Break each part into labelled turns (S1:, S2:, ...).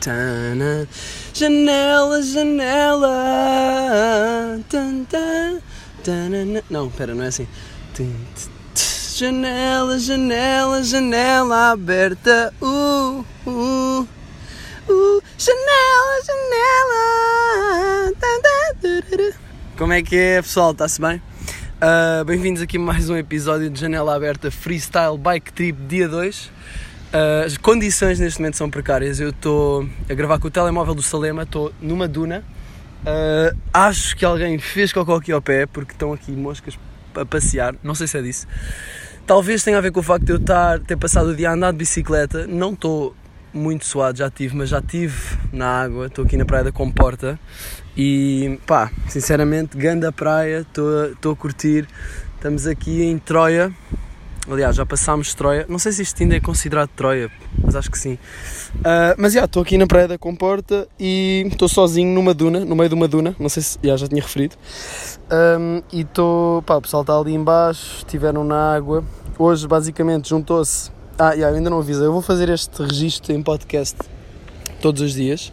S1: tana. Janela, janela. Tan, tan, tanana. Não, pera, não é assim. Tan, tan, tan. Janela, janela, janela aberta. Uh, uh, uh. Janela, janela. Tan, tan, tururu. Como é que é, pessoal? Está-se bem? Uh, Bem-vindos aqui a mais um episódio de Janela Aberta Freestyle Bike Trip dia 2. Uh, as condições neste momento são precárias. Eu estou a gravar com o telemóvel do Salema, estou numa duna. Uh, acho que alguém fez cocô aqui ao pé porque estão aqui moscas a passear. Não sei se é disso. Talvez tenha a ver com o facto de eu estar, ter passado o dia a andar de bicicleta. Não estou muito suado, já tive, mas já tive na água. Estou aqui na Praia da Comporta e pá, sinceramente, ganda praia. Estou a curtir. Estamos aqui em Troia. Aliás, já passámos Troia. Não sei se isto ainda é considerado Troia, mas acho que sim. Ah, mas já, estou aqui na Praia da Comporta e estou sozinho numa duna, no meio de uma duna. Não sei se já, já tinha referido. Ahm, e estou. Pá, o pessoal está ali embaixo, estiveram na água. Hoje, basicamente, juntou-se. Ah, já, eu ainda não avisei. Eu vou fazer este registro em podcast todos os dias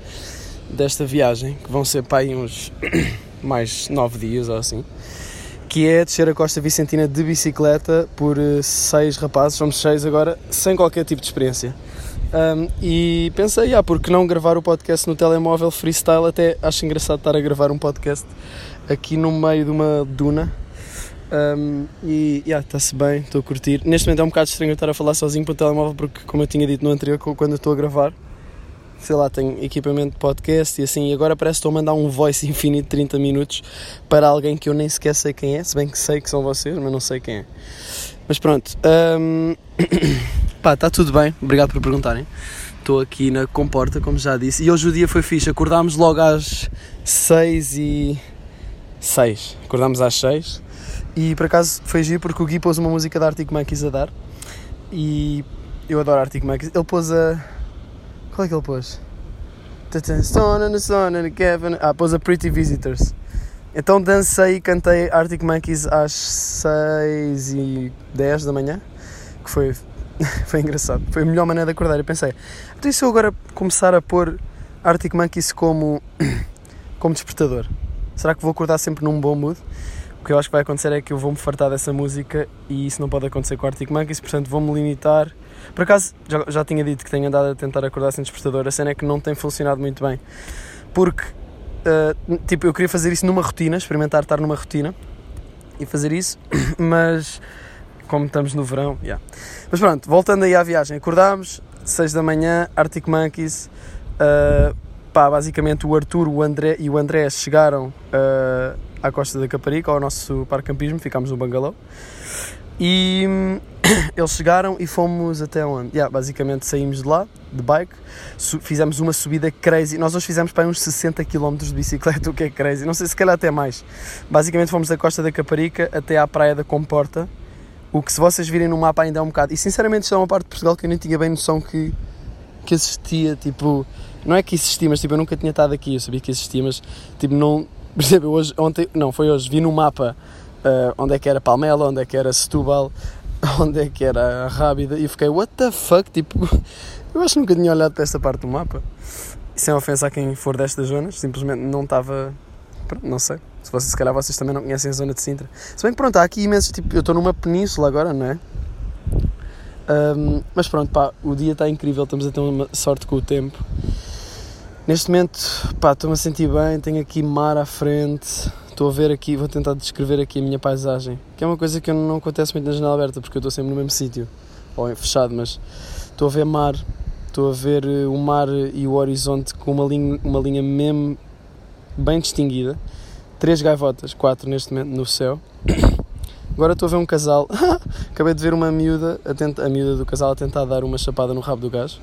S1: desta viagem, que vão ser para aí uns mais nove dias ou assim que é descer a Costa Vicentina de bicicleta por eh, seis rapazes, somos seis agora, sem qualquer tipo de experiência. Ahm, e pensei, ah, porque não gravar o podcast no telemóvel freestyle? Até acho engraçado estar a gravar um podcast aqui no meio de uma duna. Ahm, e yeah, está-se bem, estou a curtir. Neste momento é um bocado estranho eu estar a falar sozinho para o telemóvel, porque, como eu tinha dito no anterior, co- quando eu estou a gravar, sei lá, tenho equipamento de podcast e assim, e agora parece que estou a mandar um voice infinito de 30 minutos para alguém que eu nem sequer sei quem é, se bem que sei que são vocês, mas não sei quem é. Mas pronto, hum, pá, está tudo bem, obrigado por perguntarem. Estou aqui na comporta, como já disse, e hoje o dia foi fixe, acordámos logo às 6 e... 6, acordámos às 6 e por acaso foi giro porque o Gui pôs uma música da Arctic Monkeys a dar e eu adoro Arctic Monkeys, ele pôs a... Qual é que ele pôs? Tatan, Stone and the Stone and the Kevin. Ah, pôs a Pretty Visitors. Então dancei e cantei Arctic Monkeys às 6 e 10 da manhã, que foi, foi engraçado. Foi a melhor maneira de acordar. Eu pensei, então e se eu agora começar a pôr Arctic Monkeys como, como despertador? Será que vou acordar sempre num bom mood? O que eu acho que vai acontecer é que eu vou-me fartar dessa música e isso não pode acontecer com Arctic Monkeys, portanto vou-me limitar por acaso, já, já tinha dito que tenho andado a tentar acordar sem despertador, a cena é que não tem funcionado muito bem. Porque, ah, tipo, eu queria fazer isso numa rotina, experimentar estar numa rotina e fazer isso, mas como estamos no verão, yeah. Mas pronto, voltando aí à viagem, acordámos, 6 da manhã, Arctic Monkeys, ah, pá, basicamente o Arthur o André, e o André chegaram ah, à costa da Caparica, ao nosso parque campismo, ficámos no bangalô. E hum, eles chegaram e fomos até onde? Yeah, basicamente saímos de lá, de bike, su- fizemos uma subida crazy. Nós hoje fizemos para aí uns 60 km de bicicleta, o que é crazy, não sei se calhar até mais. Basicamente fomos da costa da Caparica até à praia da Comporta, o que se vocês virem no mapa ainda é um bocado. E sinceramente, isto é uma parte de Portugal que eu nem tinha bem noção que, que existia. Tipo, não é que existia, mas tipo, eu nunca tinha estado aqui, eu sabia que existia, mas tipo, não. Por exemplo, hoje, ontem, não, foi hoje, vi no mapa ah, onde é que era Palmela, onde é que era Setúbal onde é que era a Rábida e fiquei, what the fuck? Tipo, eu acho que nunca tinha olhado para esta parte do mapa. E sem ofensa a quem for destas zonas, simplesmente não estava. pronto, Não sei. Se, vocês, se calhar vocês também não conhecem a zona de Sintra. Se bem que pronto, há aqui imensos. Tipo, eu estou numa península agora, não é? Ahm, mas pronto, pá, o dia está incrível, estamos a ter uma sorte com o tempo. Neste momento, pá, estou-me a sentir bem, tenho aqui mar à frente, estou a ver aqui, vou tentar descrever aqui a minha paisagem, que é uma coisa que não acontece muito na janela aberta, porque eu estou sempre no mesmo sítio, ou em- fechado, mas estou a ver mar, estou a ver eh, o mar e o horizonte com uma linha, uma linha mesmo bem distinguida, três gaivotas, quatro neste momento no céu. Agora estou a ver um casal, acabei de ver uma miúda, a, tenta, a miúda do casal a tentar dar uma chapada no rabo do gajo.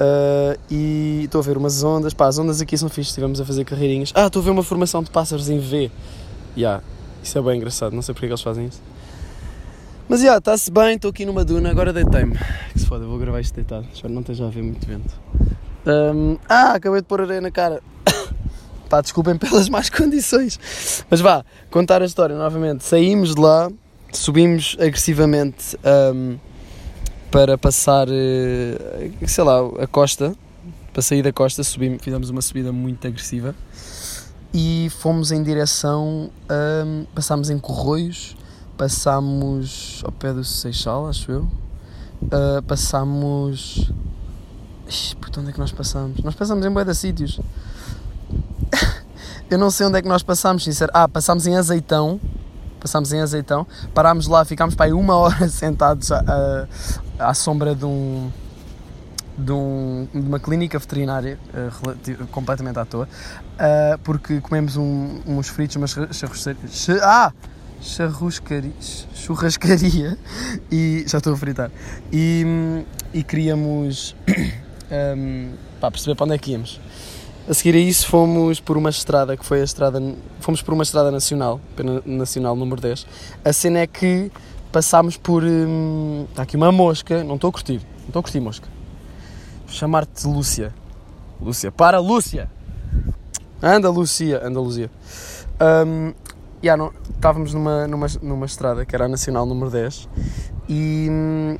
S1: Uh, e estou a ver umas ondas. Pá, as ondas aqui são fixas, estivemos a fazer carreirinhas. Ah, estou a ver uma formação de pássaros em V. Yeah, isso é bem engraçado, não sei porque é que eles fazem isso. Mas já, está-se bem, estou aqui numa duna, agora deitei-me. Que se foda, vou gravar isto deitado. Espero não esteja a ver muito vento. Um, ah, acabei de pôr areia na cara. Pá, desculpem pelas más condições. Mas vá, contar a história novamente. Saímos de lá, subimos agressivamente. um, para passar, eh, sei lá, a costa, Para sair da costa, subimos, fizemos uma subida muito agressiva e fomos em direção. hum, passámos em Corroios, passámos ao pé do Seixal, acho eu. Uh, passámos. Ixi, Por onde é que nós passámos? Nós passámos em Boeda Sítios. eu não sei onde é que nós passámos, sincero. Ah, passámos em Azeitão. Passámos em Azeitão, parámos lá, ficámos para aí uma hora sentados à, à- à sombra de um, de, um- de uma clínica veterinária eh, relati- completamente à toa, ah, porque comemos um- uns fritos, umas ra- charruscaria. cha- Ah! Charruscari, churrascaria e já estou a fritar e, hum, e queríamos hum, pá, perceber para onde é que íamos. A seguir a isso fomos por uma estrada que foi a estrada fomos por uma estrada nacional, pena nacional número 10. A cena é que passámos por hum, está aqui uma mosca, não estou a curtir, não estou a curtir mosca chamar-te Lúcia. Lúcia, para Lúcia! Anda Lúcia, anda Lúcia. Hum, yeah, não, estávamos numa, numa, numa estrada que era a Nacional número 10 e hum,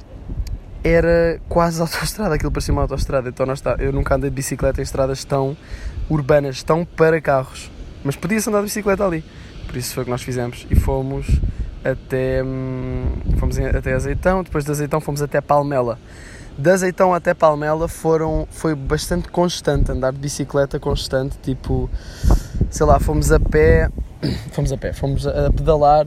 S1: era quase autoestrada, aquilo parecia uma autoestrada. Então nós tá- eu nunca andei de bicicleta em estradas tão urbanas, tão para carros. Mas podia-se andar de bicicleta ali. Por isso foi o que nós fizemos e fomos até, hum, fomos em- até Azeitão, depois de Azeitão fomos até Palmela. De Azeitão até Palmela foram, foi bastante constante, andar de bicicleta constante, tipo, sei lá, fomos a pé, fomos a pé, fomos a, a pedalar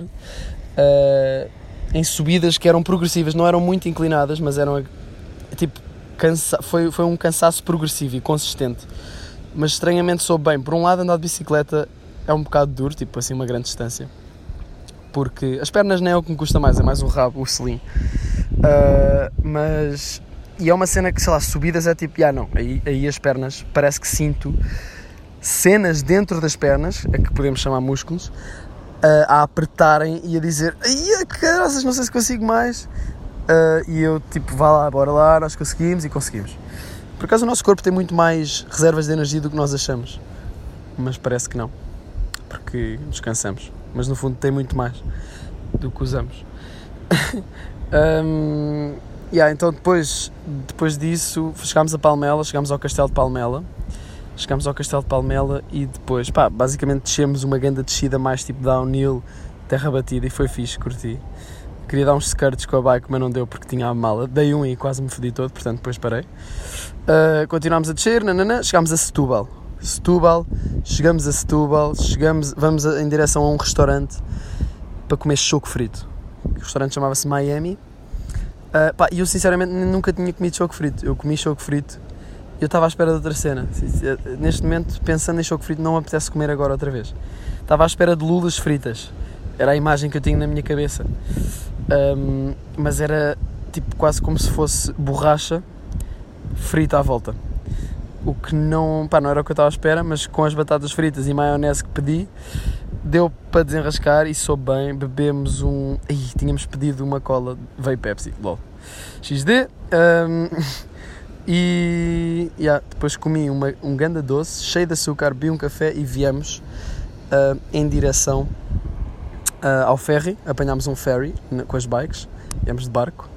S1: ah, em subidas que eram progressivas, não eram muito inclinadas, mas eram tipo, cansa foi, foi um cansaço progressivo e consistente. Mas estranhamente soube bem, por um lado andar de bicicleta é um bocado duro, tipo assim uma grande distância. Porque as pernas nem é o que me custa mais, é mais o rabo, o selim. Ah, mas. E é uma cena que, sei lá, subidas é tipo, ah não, aí, aí as pernas, parece que sinto cenas dentro das pernas, a que podemos chamar músculos, ah, a apertarem e a dizer, ai caras, não sei se consigo mais. Ah, e eu tipo, vá lá, bora lá, nós conseguimos e conseguimos. Por acaso o nosso corpo tem muito mais reservas de energia do que nós achamos, mas parece que não, porque descansamos. Mas no fundo tem muito mais do que usamos. Hum, yeah, então depois, depois disso chegámos a Palmela, chegámos ao Castelo de Palmela, chegámos ao Castelo de Palmela e depois, pá, basicamente descemos uma grande descida mais tipo downhill, terra batida e foi fixe, curti. Queria dar uns skirts com a bike, mas não deu porque tinha a mala. Dei um e quase me fodi todo, portanto depois parei. Uh, continuámos a descer, nanana, chegámos a Setúbal. Setúbal, chegamos a Setúbal, chegamos, vamos a- em direção a um restaurante para comer choco frito. O restaurante chamava-se Miami. Ah, pá, e eu sinceramente nunca tinha comido choco frito. Eu comi choco frito e eu estava à espera de outra cena. Sincer- Neste momento, pensando em choco frito, não me apetece comer agora outra vez. Estava à espera de lulas fritas. Era a imagem que eu tinha na minha cabeça. Ahm, mas era tipo quase como se fosse borracha frita à volta. O que não, pá, não era o que eu estava à espera, mas com as batatas fritas e maionese que pedi, deu para desenrascar e soube bem. Bebemos um. Ih, tínhamos pedido uma cola, veio Pepsi, lol. XD. hum, e yeah, depois comi uma, um ganda doce, cheio de açúcar, bebi um café e viemos hum, em direção ah, ao ferry. Apanhámos um ferry na- com as bikes, viemos de barco.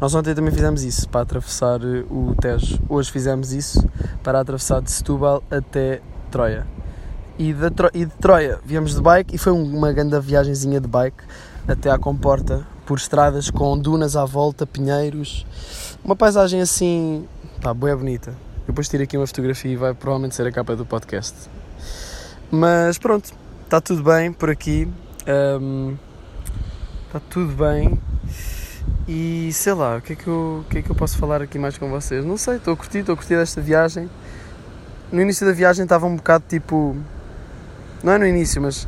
S1: Nós ontem também fizemos isso para atravessar eh, o Tejo. Hoje fizemos isso para atravessar de Setúbal até Troia e de, Tro- e de Troia viemos de bike e foi um- uma grande viagenzinha de bike até à comporta por estradas com dunas à volta, pinheiros, uma paisagem assim, pá, boa bonita. Eu Depois tiro aqui uma fotografia e vai provavelmente ser a capa do podcast. Mas pronto, está tudo bem por aqui, hum, está tudo bem e sei lá, o que, é que eu, o que é que eu posso falar aqui mais com vocês? Não sei, estou a curtir, estou a curtir esta viagem. No início da viagem estava um bocado tipo, não é no início, mas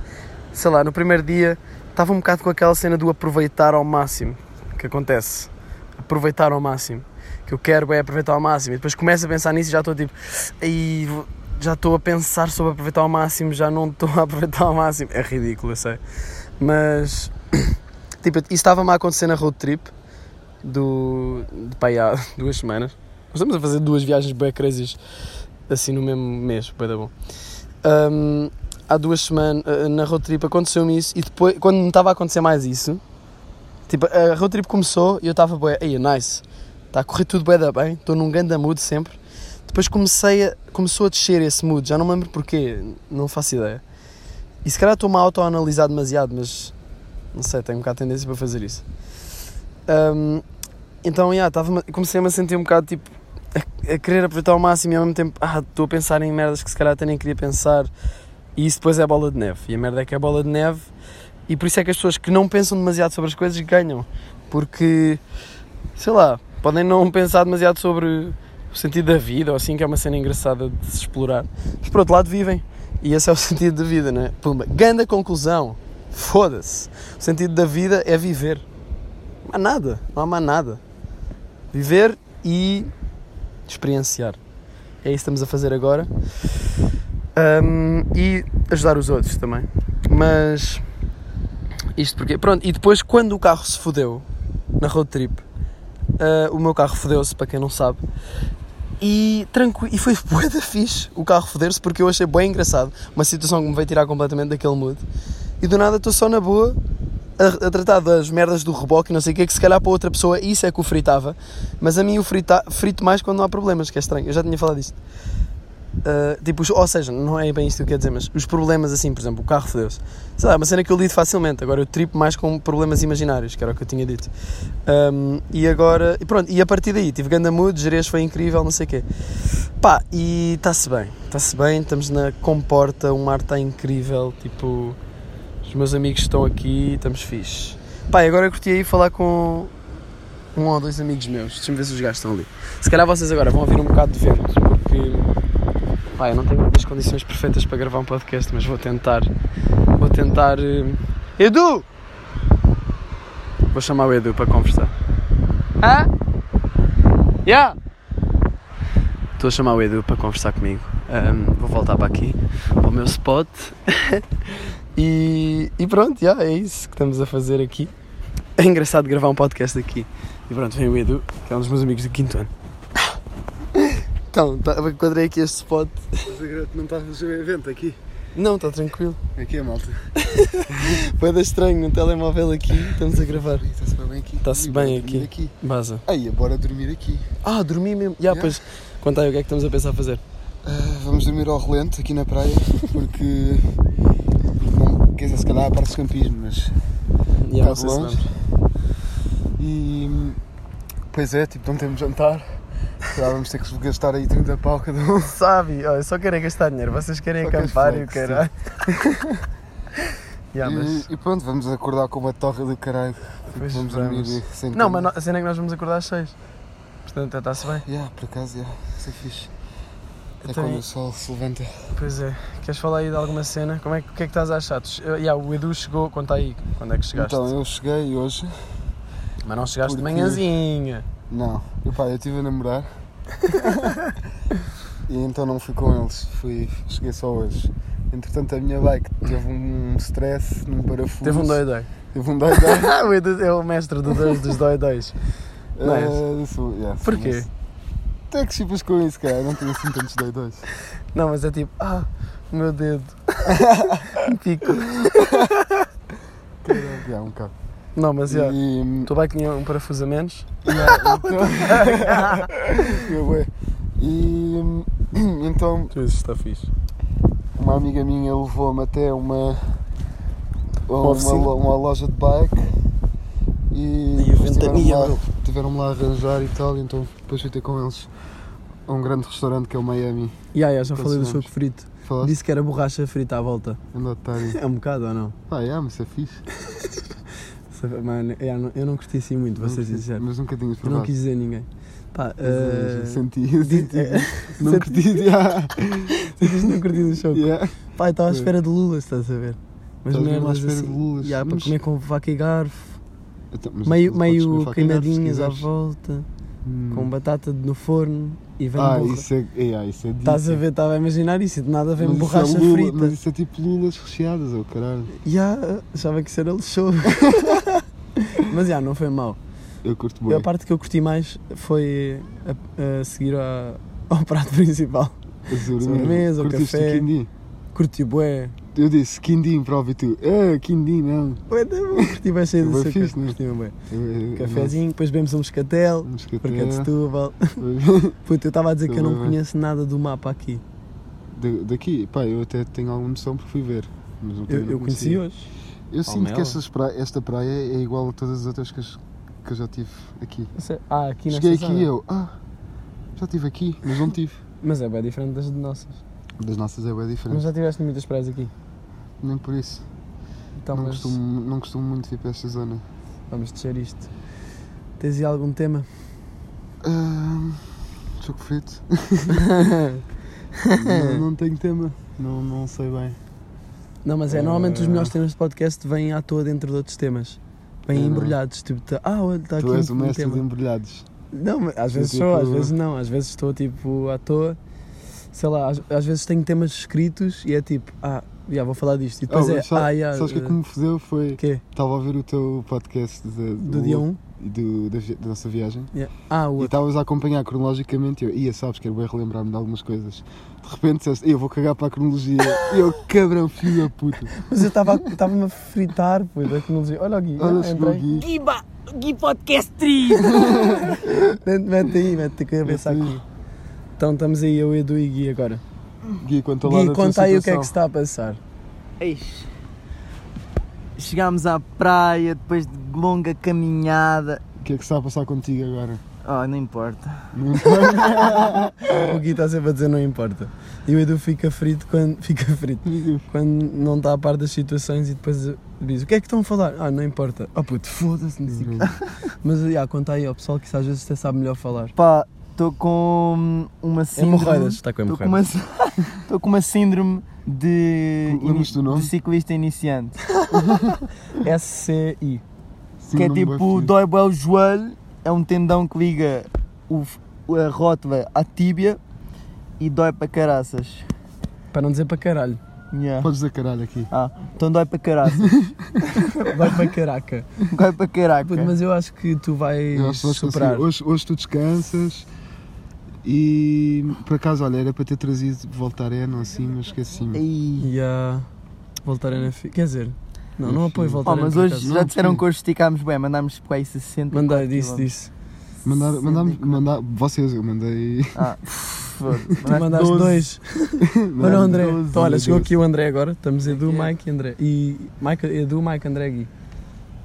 S1: sei lá, no primeiro dia estava um bocado com aquela cena do aproveitar ao máximo que acontece. Aproveitar ao máximo. Que eu quero é aproveitar ao máximo. E depois começo a pensar nisso e já estou tipo. "Ei, vou- já estou a pensar sobre aproveitar ao máximo, já não estou a aproveitar ao máximo. É ridículo, eu sei. Mas. Tipo, isso estava-me a acontecer na road trip do. de pá, aí há duas semanas. Nós estamos a fazer duas viagens bem crazies assim no mesmo mês, bem da bom. Hum, há duas semanas eh, na road trip aconteceu-me isso e depois quando me estava a acontecer mais isso tipo a road Tá trip começou e eu estava bué, aí nice está a correr tudo bué da bem estou num grande mood sempre Depois comecei a- começou a descer esse mood, já não me lembro porquê, não faço ideia. E se calhar estou-me a autoanalisar demasiado, mas não sei, tenho um bocado de tendência para fazer isso. Ahm, então, yeah, tava comecei-me a sentir um bocado tipo a, a querer aproveitar ao máximo e ao mesmo tempo ah, estou a pensar em merdas que se calhar até nem queria pensar. E isso depois é bola de neve. E a merda é que é bola de neve. E por isso é que as pessoas que não pensam demasiado sobre as coisas ganham. Porque, sei lá, podem não pensar demasiado sobre o sentido da vida ou assim, que é uma cena engraçada de se explorar. Mas por outro lado, vivem. E esse é o sentido da vida, não é? Pumba, ganda conclusão. Foda-se. O sentido da vida é viver. Não há nada. Não há mais nada. Viver e experienciar. É isso que estamos a fazer agora. Ahm, e ajudar os outros também. Mas isto porque. Pronto, e depois quando o carro se fodeu na road trip, ah, o meu carro fodeu-se, para quem não sabe. E, tranqui- e foi bué da fixe o carro foder-se porque eu achei bem engraçado. Uma situação que me veio tirar completamente daquele mood. E do nada estou só na boa a, a tratar das merdas do reboque e não sei o que, que se calhar para outra pessoa isso é que o fritava. Mas a mim o frita, frito mais quando não há problemas, que é estranho. Eu já tinha falado disto. Uh, tipo, os- ou seja, não é bem isto que eu quero dizer, mas os problemas assim, por exemplo, o carro fodeu-se. Sei lá, é uma cena que eu lido facilmente. Agora eu tripo mais com problemas imaginários, que era o que eu tinha dito. Um, e agora, e pronto, e a partir daí, tive ganda mood, Jerez foi incrível, não sei o quê. Pá, e está-se bem, está-se bem, estamos na comporta, o mar está incrível, tipo, os meus amigos estão aqui, estamos fixe. Pá, e agora eu curti aí falar com um ou dois amigos meus, deixa-me ver se os gajos estão ali. Se calhar vocês agora vão ouvir um bocado de vento, porque. Pá, eu não tenho as condições perfeitas para gravar um podcast, mas vou tentar. Vou tentar. eh, Edu! Vou chamar o Edu para conversar. Hã? Ya! Estou a chamar o Edu para conversar comigo. Ahm, vou voltar para aqui, para o meu spot. e, e pronto, já é isso que estamos a fazer aqui. É engraçado gravar um podcast aqui. E pronto, vem o Edu, que é um dos meus amigos do quinto ano. Então, tá, enquadrei aqui este spot.
S2: Mas a grande não está a fazer evento aqui.
S1: Não, está tranquilo.
S2: Aqui é malta.
S1: Foi da estranho, um telemóvel aqui, estamos a gravar.
S2: Está-se bem, bem aqui.
S1: Está-se
S2: Ih,
S1: bem
S2: bora dormir aqui.
S1: Baza.
S2: Aí, bora dormir aqui.
S1: Ah, dormi mesmo. Já,
S2: Já.
S1: pois, conta aí o que é que estamos a pensar fazer.
S2: Ah, vamos dormir ao relento aqui na praia, porque. porque não, quer dizer, se calhar parece campismo, mas.
S1: Já,
S2: Tá
S1: não sei se
S2: longe.
S1: vamos.
S2: E. Pois é, tipo, não temos jantar. Já vamos ter que gastar aí 30 pau cada um.
S1: Sabe, ó, eu só quero é gastar dinheiro, vocês querem
S2: Só queres flex,
S1: Já, mas...
S2: e, e pronto, vamos acordar com uma torre do caralho. Tipo,
S1: Pois
S2: vamos então.
S1: vamos.
S2: dormir sem
S1: Não, mas
S2: cama.
S1: no- a cena é que nós vamos acordar às 6. Portanto, está-se bem.
S2: Yeah, por acaso, yeah, isso é fixe. É
S1: Então,
S2: quando o sol se levanta.
S1: Pois é, queres falar aí de alguma cena? Como é que, o que é que estás a achar? Tu- eh, já, o Edu chegou, conta aí quando é que chegaste.
S2: Então, eu cheguei hoje.
S1: mas não chegaste de
S2: porque-
S1: manhãzinha.
S2: Não, Epá, eu estive a namorar e então não fui com eles, fui, cheguei só hoje. Entretanto, a minha bike teve um stress num parafuso.
S1: Teve um doidoi.
S2: Teve um doido.
S1: o Edu é o mestre do dois, dos doidois.
S2: Eh,
S1: Nice. Porquê?
S2: Até que chipas com isso, cara, não tenho assim tantos doidos.
S1: Não, mas é tipo, ah, o meu dedo. um pico.
S2: Yeah, um bocado.
S1: Não, mas já.
S2: E,
S1: Tu vai que tinha um parafuso a menos?
S2: yeah, então- Eu, ué. E, hum, então,
S1: Tu isso está fixe.
S2: uma amiga minha levou-me até uma, a uma,
S1: oficina.
S2: lo- uma loja de bike e,
S1: E o
S2: depois
S1: Ventania,
S2: tiveram-me lá,
S1: meu.
S2: tiveram lá a arranjar e tal, então depois fui ter com eles a um grande restaurante que é o Miami.
S1: E aí, já
S2: Quantos
S1: falei do
S2: anos?
S1: choco frito.
S2: Falaste?
S1: Disse que era borracha frita à volta.
S2: Ando a otário.
S1: É um bocado ou não?
S2: Ah, é, mas isso é fixe.
S1: Sabe, Mano, é, eu não- eu não curti assim muito, vou ser
S2: Nunca-
S1: sincero.
S2: Mas nunca tinhas
S1: Eu não
S2: provado.
S1: quis dizer a ninguém. Pá,
S2: Mas,
S1: eh,
S2: eh, Senti, senti. Não
S1: senti-
S2: curti. yeah.
S1: sentiste não curti do choco.
S2: Yeah.
S1: Pá, estava à
S2: Foi.
S1: espera de Lula, estás a ver? Mas
S2: Estás mesmo à
S1: merdas
S2: espera de
S1: assim.
S2: lulas.
S1: Já, para
S2: Mas-
S1: comer com vaca e garfo.
S2: Então, mas
S1: Meio,
S2: podes comer
S1: meio
S2: faca e garfo, se
S1: queimadinhas à
S2: quiseres.
S1: volta.
S2: Hum.
S1: Com batata no forno e vem
S2: Ah,
S1: borra-
S2: isso é, é, ah, isso é
S1: Estás a
S2: disso.
S1: ver, estava a imaginar isso e de nada vem
S2: Mas isso é
S1: borracha
S2: lula- Mas
S1: frita.
S2: isso é tipo lulas recheadas, ou caralho.
S1: Já, achava que isso era lixou. mas já, não foi mal.
S2: Eu curto bem.
S1: A parte que eu curti mais foi a, a seguir à- ao prato principal.
S2: A sobremesa.
S1: Sobremesa, o
S2: Curtiste
S1: café.
S2: o quindi?
S1: Curti bué,
S2: eu disse quindim para ouvir tu. Ah, quindim não.
S1: Ué, tá bom, curti bem cheio de
S2: Foi
S1: açúcar.
S2: fixe, não é?
S1: Curti bem.
S2: Eu- eu-
S1: Cafézinho, depois bebemos um moscatel.
S2: não- moscatel.
S1: Porque é de Setúbal. Puta, eu estava a dizer que eu não conheço nada do mapa aqui.
S2: Da- Daqui, pá, eu até tenho alguma noção porque fui ver. Mas não
S1: Eu, eu conheci
S2: conhecia.
S1: hoje.
S2: Eu sinto
S1: Palmela.
S2: que essas pra- esta praia é igual a todas as outras que, as- que eu já tive aqui.
S1: Ah, aqui nesta
S2: Cheguei aqui
S1: zona.
S2: e eu, ah, já estive aqui, mas não tive.
S1: Mas é bem diferente das nossas.
S2: Das nossas é bem diferente,
S1: Mas já tiveste muitas praias aqui.
S2: nem por isso.
S1: Então,
S2: não,
S1: mas
S2: costumo, não costumo muito vir para esta zona.
S1: vamos descer isto. Tens aí algum tema?
S2: Ahn, choco frito. não, não tenho tema, não, não sei bem.
S1: Não, mas é,
S2: Eh.
S1: normalmente os melhores temas de podcast vêm à toa dentro de outros temas. Vêm
S2: Eh, não.
S1: embrulhados, tipo, tá- ah, olha, está aqui
S2: tu és o
S1: um, um
S2: mestre
S1: tema.
S2: de embrulhados.
S1: Não, mas às
S2: Eu,
S1: vezes sou, às
S2: tipo-
S1: vezes não, às vezes estou tipo à toa, sei lá, às, às vezes tenho temas escritos e é tipo, ah, já vou falar disto. E depois
S2: Oh,
S1: é,
S2: sa-
S1: ah, já,
S2: sabes o que é
S1: eh,
S2: que me fodeu? Foi.
S1: quê?
S2: Estava a ouvir o teu podcast de-
S1: Do dia 1?
S2: e do- da, vi- da nossa viagem
S1: Ah, o
S2: e tá-
S1: outro.
S2: estavas a acompanhar cronologicamente. e Eu ia, sabes, quero bem relembrar-me de algumas coisas. De repente disseste, eu vou cagar para a cronologia. E eu, cabrão, filho da puta.
S1: Mas eu estava a- estava-me a fritar, pô, da cronologia. Olha aqui,
S2: Olha,
S1: ah,
S2: chegou
S1: entrei.
S2: aqui.
S3: Giba! Gui Podcast 3!
S1: Mete- Mete aí, mete a cabeça
S2: Esse-
S1: aqui. Então estamos aí, eu, Edu e Gui agora.
S2: Gui, conta lá
S1: Gui,
S2: da tua
S1: conta aí o que é que se está a
S2: situação.
S1: passar.
S3: Eis. Chegámos à praia depois de longa caminhada.
S2: O que é que se está a passar contigo agora?
S3: Oh, não importa.
S2: Não importa.
S1: O Gui está sempre a dizer não importa. E o Edu fica frito quando, fica frito quando não está a par das situações e depois diz o que é que estão a falar? Ah, não importa. Ah puto, foda-se. não sei o quê.
S2: Uhum.
S1: Mas já, conta aí ao pessoal que isso às vezes até sabe melhor falar.
S3: Pá, estou com uma
S2: É
S3: síndrome.
S1: Hemorroidas, está com
S3: Estou com, uma...
S1: hemorroidas.
S3: tô com uma síndrome de,
S2: Lembras-te do nome?
S3: de ciclista iniciante.
S1: SCI.
S2: Sim,
S3: que é
S2: não me assim. vai
S3: tipo,
S2: fugir.
S3: dói bem o joelho, é um tendão que liga o, f- a rótula à tíbia e dói para caraças.
S1: Para não dizer para caralho.
S3: Yeah.
S2: Podes dizer caralho aqui.
S3: Ah, então dói para caraças.
S1: Vai para caraca.
S3: dói para caraca.
S1: Puto, mas eu acho que tu vais
S2: Eu acho que vais
S1: superar.
S2: conseguir. Hoje, hoje tu descansas. E por acaso, olha, era para ter trazido Voltareno assim, mas
S1: É
S2: esqueci-me.
S3: Ei.
S1: E a voltarem na fi... Quer dizer, não, não apoio voltar
S3: Oh, mas hoje
S2: Não,
S3: já disseram
S2: porquê?
S3: que hoje esticámos bem, mandámos para aí 60.
S1: Mandei, disse, disse.
S2: Mandar, mandar,
S3: Sim,
S2: mandar, vocês, eu mandei.
S3: Ah, foda-se,
S1: Tu mandaste
S3: 12.
S1: dois. Olha o André. Então, olha,
S2: meu
S1: chegou
S2: Deus.
S1: aqui o André agora. Estamos Edu,
S3: Quem é
S1: Mike
S3: que é?
S1: e André. E Mike, Edu, Mike, André Gui.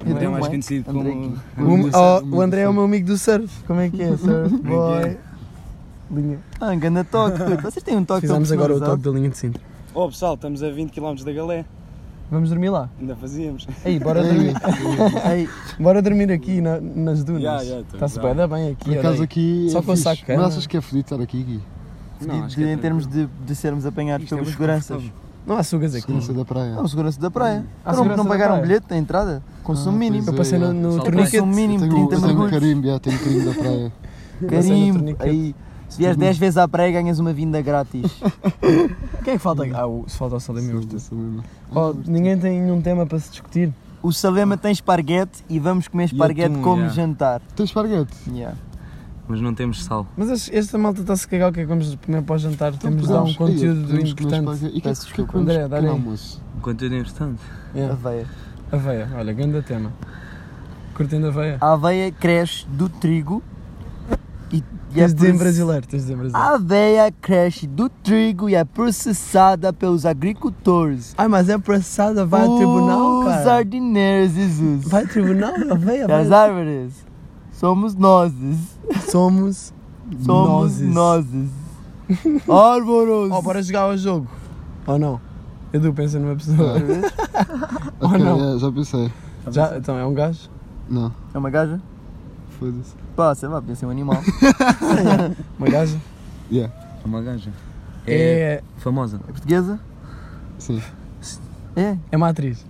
S4: André é
S3: André
S4: mais
S3: Mike,
S4: conhecido
S3: André
S4: como.
S3: Gui.
S1: O,
S2: Muito
S1: oh,
S2: certo,
S1: o André é o
S2: muito
S1: meu amigo do surf. Como é que é, surf?
S4: Como é que
S1: Boy. Linha.
S3: Ah, ganda toque. puto. Vocês têm um toque tão
S1: Fizemos agora o
S3: personalizado.
S1: toque da linha de Sintra.
S4: Oh pessoal, estamos a 20 km da Galé.
S1: Vamos dormir lá.
S4: Ainda fazíamos.
S1: Aí, bora
S2: certo.
S1: dormir,
S3: Ei,
S1: bora dormir aqui na- nas dunas.
S4: Ya, ya, estamos
S1: Está-se
S4: lá.
S1: bem, dá bem aqui.
S2: Por acaso
S1: olha aí.
S2: aqui.
S1: Só
S2: é
S1: com o
S2: fixe.
S1: saco de cana.
S2: Mas achas que é fodido estar aqui, Gui?
S4: Não,
S3: de-
S4: acho
S3: de-
S4: que é
S3: em termos
S4: tranquilo.
S3: de, de sermos apanhados
S4: Isto é
S3: pelos
S4: mais
S3: seguranças.
S4: confortável.
S1: Não há sugas aqui.
S2: Segurança da praia.
S3: Não, segurança da praia.
S1: Há
S3: Não,
S1: Hum. segurança
S3: não
S1: da
S3: pagaram
S1: praia.
S3: bilheto da entrada. Consumo
S2: Ah,
S3: mínimo.
S1: Eu passei no, no
S4: Só
S1: torniquete.
S3: Consumo
S2: Eu
S3: mínimo,
S2: tenho, eu
S3: 30
S2: tenho
S3: mergulhos.
S2: carimbo, já, tenho um carimbo da praia.
S1: Passei no
S3: Carimbo.
S1: torniquete.
S3: Aí, se vieres 10 vezes à praia, ganhas uma vinda grátis.
S1: Quem é que falta? aqui? Ah, o, se falta o Salim e o Urso.
S2: Sim, mesmo.
S1: Oh, ninguém tem nenhum tema para se discutir.
S3: O Salema tem esparguete e vamos comer esparguete
S4: atum,
S3: como
S4: yeah.
S3: jantar.
S2: Tens esparguete?
S3: Yeah.
S4: Mas não temos sal.
S1: Mas as- esta malta está-se a cagar o que é que vamos comer para o jantar. Temos de dar um
S2: Podemos- Ei,
S1: conteúdo
S2: podemos comer
S1: importante.
S2: esparguete. E que é
S3: Peço
S2: que- que é que
S3: desculpa.
S2: vamos
S1: André,
S2: comer
S1: dá-lhe
S2: ao
S1: aí.
S2: almoço?
S4: Conteúdo é importante.
S1: Yeah.
S3: Aveia.
S1: Aveia, olha, grande tema. Curtindo aveia?
S3: A aveia cresce do trigo e, é e
S1: Tens de dizer em
S3: proce-
S1: brasileiro, tens de dizer em
S3: A
S1: brasileiro.
S3: aveia cresce do trigo e é processada pelos agricultores.
S1: Ai, mas é processada, vai ao tribunal,
S3: Os
S1: cara.
S3: jardineiros, Jesus.
S1: Vai ao tribunal, aveia,
S3: E As
S1: vai.
S3: árvores. Somos nós.
S1: Somos
S3: Somos
S1: nozes.
S3: nós. Árvores.
S1: Oh, bora jogar ao jogo. Ou não? Edu, pensa numa pessoa.
S2: Ok,
S1: não?
S2: é, já pensei.
S1: Já, então, é um gajo?
S2: Não,
S3: É uma gaja?
S2: foda-se.
S3: Pá, sei lá, podia ser um animal.
S1: Uma gaja?
S4: É uma gaja. É,
S1: É,
S4: famosa.
S3: É portuguesa?
S2: Sim,
S3: É.
S1: é uma atriz.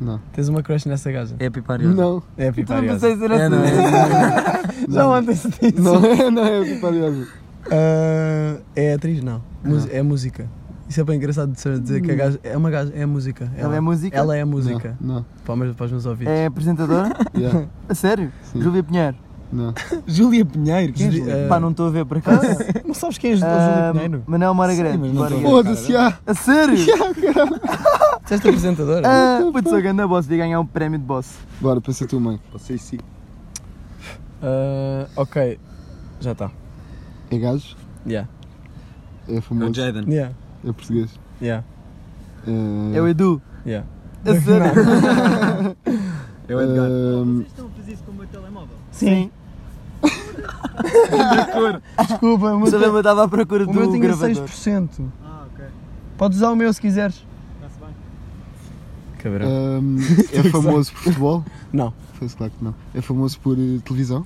S2: não.
S1: Tens uma crush nessa gaja.
S4: É pipariosa.
S2: Não,
S1: É a
S3: Então não
S1: pipariosa.
S3: pensei ser
S4: É, não,
S3: assim.
S4: é,
S1: Já ontem-se disso.
S2: não é, não é pipariosa.
S1: Ah, é atriz, não. Mus- É música. Isso é bem engraçado de ser dizer que a
S5: Hum.
S1: gaja é uma gaja, é música.
S3: Ela é música?
S1: Ela é música.
S2: Não, não.
S1: Para, os- para os meus ouvidos.
S3: É apresentadora?
S2: Yeah,
S3: A sério?
S2: sim.
S3: Júlia Pinheiro.
S2: Não.
S5: Júlia Pinheiro, quem é
S6: Júlia-
S5: Júlia?
S6: eh,
S5: Pá,
S6: Ah.
S5: não estou a ver por acaso.
S6: Não sabes quem é Júlio
S5: Ah,
S6: Pinheiro?
S5: Manuel Margarete.
S6: Sim, mas não
S5: Bora.
S6: estou a ver.
S2: Foda-se, já.
S3: É
S5: A sério?
S6: Disseste apresentadora?
S5: Ah, putz, sou ganda boss, devia ganhar um prémio de boss.
S2: Bora, pensa tu, mãe.
S4: Vocês sim.
S6: Ah, ok, já está.
S2: É gajo?
S6: Yeah.
S2: É
S4: É
S2: famoso?
S4: o Jaden.
S6: Yeah,
S2: É português?
S6: yeah,
S2: É,
S5: É o Edu.
S6: yeah.
S5: A sério?
S4: É o Edgar.
S2: Ahm,
S5: Sim.
S6: Desculpa, o
S5: Mas
S6: meu,
S5: eu
S6: te-
S5: mesmo estava à procura do
S6: o meu tinha
S5: gravador.
S6: 6%. Ah, ok. Podes usar o meu se quiseres. Cabrão.
S2: ahm, é famoso por futebol?
S6: Não.
S2: Pois claro que não. É famoso por eh, televisão?